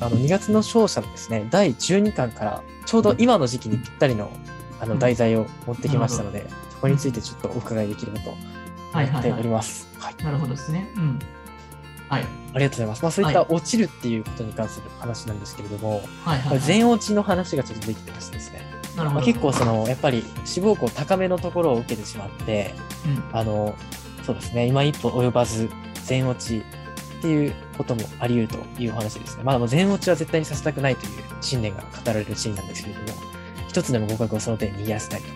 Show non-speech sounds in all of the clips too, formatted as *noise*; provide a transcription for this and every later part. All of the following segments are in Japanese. あの2月の勝者のですね、第12巻からちょうど今の時期にぴったりのあうのん題材を持ってきましたので、なそこについてちょっとお伺いできればと思はいはいはいっております。はい、なるほどですね。うん。はい。ありがとうございます。まあ、そういっはたい落ちるっていうことに関する話なんですけれども、はいこはい、れはい。全落ちの話がちょっとできてましてですね、なるほまあ、ど。結構そのやっぱり志望校高めのところを受けてしまって、うん。あの、そうですね、今一歩及ばず、全落ちっていうこともあり得るというお話ですね。まあ、もう全落ちは絶対にさせたくないという信念が語られるシーンなんですけれども、一つでも合格をその点に逃げ出したいという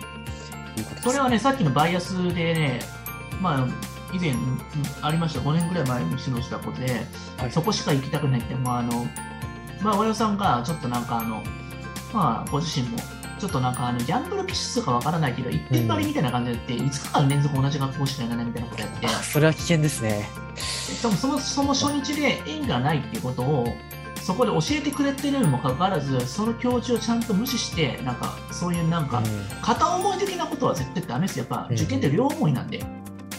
ことです。それはね、さっきのバイアスでね、まあ、以前うんありました、5年ぐらい前に指導したことで、はいそこしか行きたくないって、まあ、あの、まあ、親御さんが、ちょっとなんか、あの、まあ、ご自身も、ちょっとなんか、あの、ギャンブル気質かわからないけど、一点張りみたいな感じで言って、5日間連続同じ学校しか行かないみたいなことやってあ、それは危険ですね。しかもそのその初日で縁がないっていうことをそこで教えてくれてるにもかかわらずその教授をちゃんと無視してなんかそういうなんうかん片思い的なことは絶対ダメですよやっぱうん受験って両思いなんで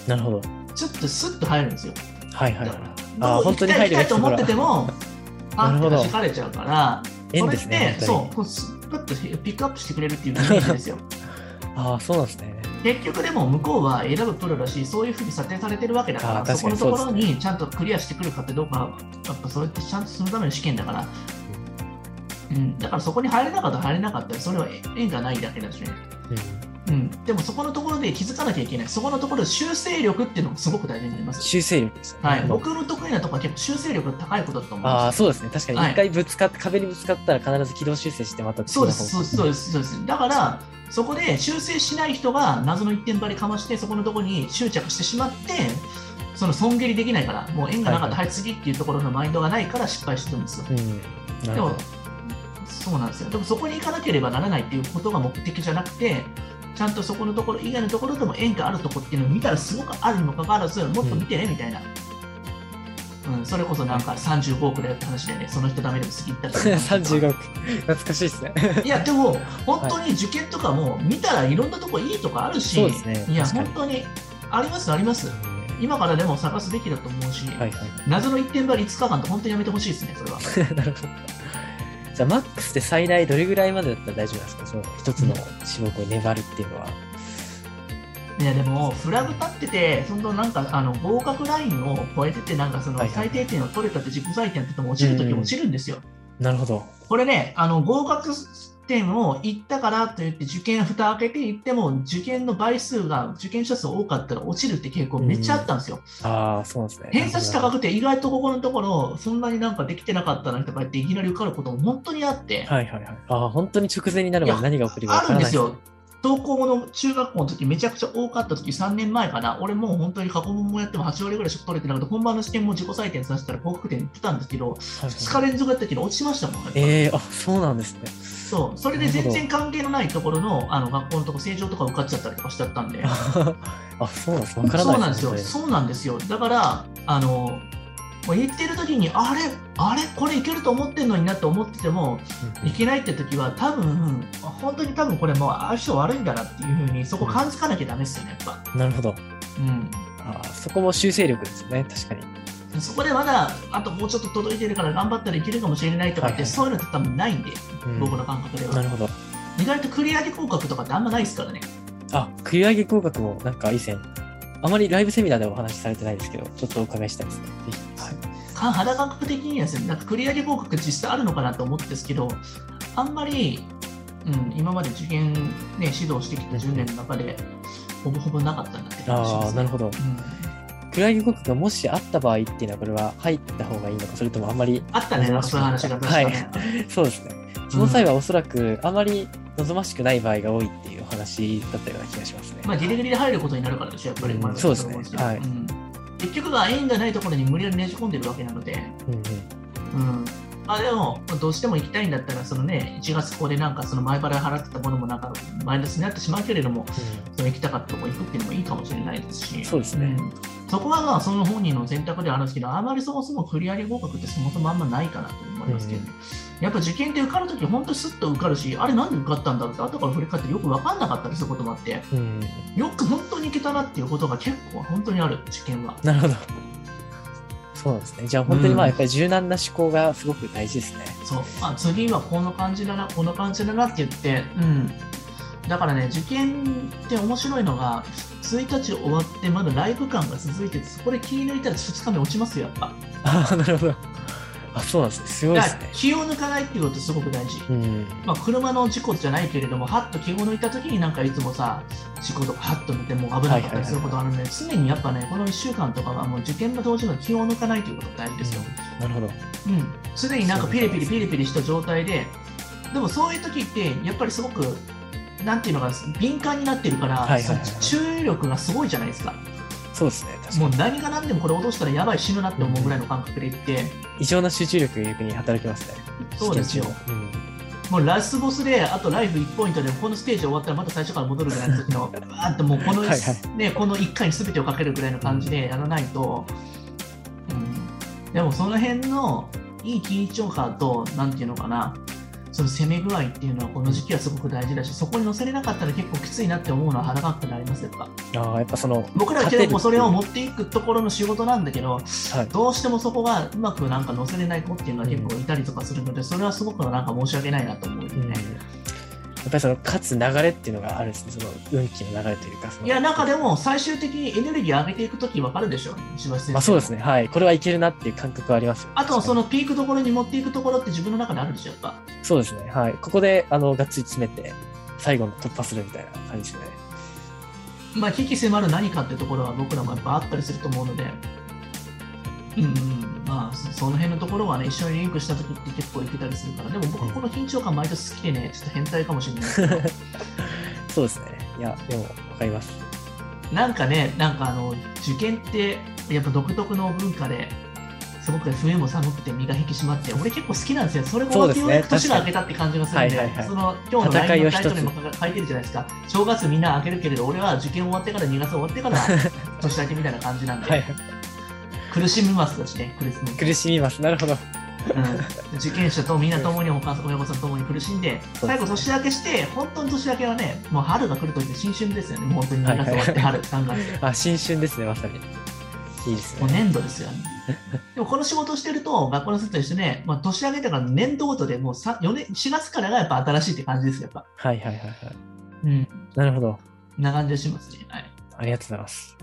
なるほど。ちょっとスッと入るんですよはいはいだかはいら。あーどこ行き本当たいに入る行きたいと思ってても *laughs* なあるほっどて弾かれちゃうからそ縁れでっすてね。そ本うこうスッとピックアップしてくれるっていうイメージですよ当にああ、そうなんですね。結局でも向こうは選ぶプロだしそういうふうに査定されてるわけだかあーら確かそこにのそうでとこすねろにちゃんとクリアしてくるかってどうかやっぱそれってちゃんとするための試験だから、うん、だからそこに入れなかったら入れなかったらそれは縁がないだけだしね、うんうん、でもそこのところで気づかなきゃいけないそこのところで修正力っていうのもすごく大事になります、修正力ですね。はい、なるほど僕の得意なところは結構修正力が高いことだと思うんですああ、そうですね。確かはにい一回ぶつかって、壁にぶつかったら必ず軌道修正してまたそうです、そうです、そうです、そうです。だから、そこで修正しない人が謎の一点張りかまして、そこのところに執着してしまって、その損切りできないから、もう縁がなかった、ははい、次っていうところのマインドがないから失敗してるんですよ。うん。なでるほもど。、そうなんですよ。でも、そこに行かなければならないっていうことが目的じゃなくて、ちゃんとそこのところ以外のところでも縁があるところっていうのを見たらすごくあるにもかかわらず、もっと見てねみたいな。うん、それこそなんか35億だよって話でね、その人ダメでも好き行ったりとか *laughs* 35億。懐かしいですね。いやでも本当に受験とかも見たらいろんなとこいいとこあるし、そうですねいや確かに本当にありますあります今からでも探すべきだと思うし、はい *laughs* は謎の1点張り5日間って本当にやめてほしいですねそれはい。なるほど。じゃあ、マックスで最大どれぐらいまでだったら大丈夫なんですかその一つの種目に粘るっていうのは。いやでもフラグ立っててそのなんかあの合格ラインを超えててなんかそのはいはい最低点を取れたって自己採点って言っても落ちるとき落ちるんですよ、なるほど。これねあの合格点を行ったからといって受験蓋開けて行っても受験の倍数が受験者数多かったら落ちるって傾向めっちゃあったんですよ、ああ、そうなんですね。偏差値高くて意外とここのところそんなになんかできてなかったなとか言っていきなり受かることも本当にあって、はいはいはい。ああ、本当に直前になるまで何が起こるかわあかるんらでないす。よ登校後の中学校の時めちゃくちゃ多かった時3年前かな俺もう本当に過去問もやっても8割ぐらいしか取れてなくて本番の試験も自己採点させたら合格点いってたんですけどはい2は日い連続やったけど落ちましたもんねええ、あそうなんですね。 *laughs* そうそれで全然関係のないところのあの学校のとこ成城とか受かっちゃったりとかしちゃったんであ、そうなんです。わからそうななんいですよ、ねそうなんですよ、だから、あのもう言ってる時に、あれ、あれ、これいけると思ってるのになって思ってても、うんいけないって時は、多分本当に多分これ、もう相性悪いんだなっていうふうに、そこ感づかなきゃだめですよね、やっぱ。なるほど。うんああ、そこも修正力ですよね。確かに。そこでまだあともうちょっと届いてるから頑張ったらいけるかもしれないとかって、はいはいそういうのって多分ないんで、うん僕の感覚でなはるほど。意外と繰り上げ合格とかってあんまないですからねあ、繰り上げ合格もなんか以前、あまりライブセミナーではお話しされてないですけど、ちょっとお伺いしたいですね。ぜひ。はいか肌感覚的にはですね、なんか繰り上げ合格実際あるのかなと思うんですけど、あんまり、うん、今まで受験、ね、指導してきた10年の中で、ほぼほぼなかったなって感じしまああ、す、なるほど。うんクライ合格がもしあった場合っていうのは、これは入った方がいいのか、それともあんまり、あったね、なんかそういう話が確かに、そうですね。その際はおそらく、あまり望ましくない場合が多いっていうお話だったような気がしますね。まあ、ギリギリで入ることになるからでしょ、やっぱり、うんまあそうですねと思んはいうん結局は縁がないところに無理やりねじ込んでるわけなので、うんうんうん、あでも、どうしても行きたいんだったら、そのね、1月ここでなんかその前払い払ってたものもなんかマイナスになってしまうけれども、その行きたかったとこ行くっていうのもいいかもしれないですし、そうですねうんそこはまあその本人の選択ではあるんですけど、あまりそもそも繰り上げ合格ってそもそもあんまないかなと思いますけど、ねやっぱ受験って受かるとき、本当にすっと受かるし、あれ、なんで受かったんだろうって、後から振り返ってよく分かんなかったりすることもあって、うんうんよく本当に行けたなっていうことが結構、本当にある、受験は。なるほど。そうなんですね。じゃあ本当にまあうんやっぱり柔軟な思考がすごく大事ですね。そう、あ、次はこの感じだな、この感じだなって言って、うん。だからね、受験って面白いのが、1日終わってまだライブ感が続いてて、そこで気抜いたら2日目落ちますよ、やっぱ。ああ、なるほど。あ、そうなんですね。すごいだでからすね。気を抜かないっていうことすごく大事。うん。まあ、車の事故じゃないけれども、はっと気を抜いたときになんかいつもさ、事故とかはっと見てもう危なかったりすることがあるので、常にやっぱね、この1週間とかはもう受験の当時の気を抜かないということが大事ですよ。なるほど。うん、常になんかピリピリピリピリした状態で、でもそういう時って、やっぱりすごく、なんていうのか、敏感になってるから、はいはいはいその注意力がすごいじゃないですか、そうですね。確かもうに。何が何でもこれ落としたらやばい、死ぬなって思うぐらいの感覚でいって、異常な集中力が逆に働きますね。そうですよ試験中ももうラスボスで、あとライフ1ポイントで、このステージ終わったらまた最初から戻るぐらいの *laughs* 時の、バーっともうこの,、はいはね、この1回に全てをかけるぐらいの感じでやらないと、うん、でもその辺のいい緊張感と、なんていうのかな、その攻め具合っていうのはこの時期はすごく大事だし、そこに乗せれなかったら結構きついなって思うのは腹がくなりますやっぱ。うん。ああ、やっぱその、僕らは結構それをは持っていくところの仕事なんだけど、い。どうしてもそこがうまくなんか乗せれない子っていうのは結構いたりとかするので、それはすごくなんか申し訳ないなと思うようんね。やっぱりその勝つ流れっていうのがあるんですね、その運気の流れというか、そのいや、なんかでも、最終的にエネルギー上げていくとき分かるでしょ、石橋先生。まあ、そうですね、はい、これはいけるなっていう感覚はありますよあと、そのピークところに持っていくところって自分の中であるでしょ、やっぱ。そうですね、はい、ここであのがっつり詰めて、最後の突破するみたいな感じですね。まあ、危機迫る何かってところは僕らもやっぱあったりすると思うので、うんうん、まあ、そその辺のところはね、一緒にリンクしたときって結構いけたりするから、でも僕、この緊張感毎年好きでね、ちょっと変態かもしれないですけど。そうですね、いや、でも分かります。なんかね、なんかあの受験ってやっぱ独特の文化ですごく冬も寒くて身が引き締まって、俺結構好きなんですよ。それもそうよでうすねやく年が明けたって感じがするんで、確かにその今日の LINE のタイトルにも戦書いてるじゃないですか。正月みんな明けるけれど、俺は受験終わってから2月終わってから *laughs* 年明けみたいな感じなんで、はい、苦しみますだしね、苦しみ。苦しみます、なるほど、うん、受験者とみんな共にお母さん親御さんともに苦しんで、そうで最す後年明けして、本当に年明けはね、もう春が来るとって新春ですよね。もう本当に2月終わって春、3月。あ新春ですね、まさに。いいですもうね。粘土ですよ、 *laughs* ね。でもこの仕事をしてると、学校の先生と一緒で、まあ、年上げてから年度ごとでもうさ4年、4月からがやっぱ新しいって感じですよ、やっぱ。はいはいはいはい。うん。なるほど、そんな感じがしますね。はい。ありがとうございます。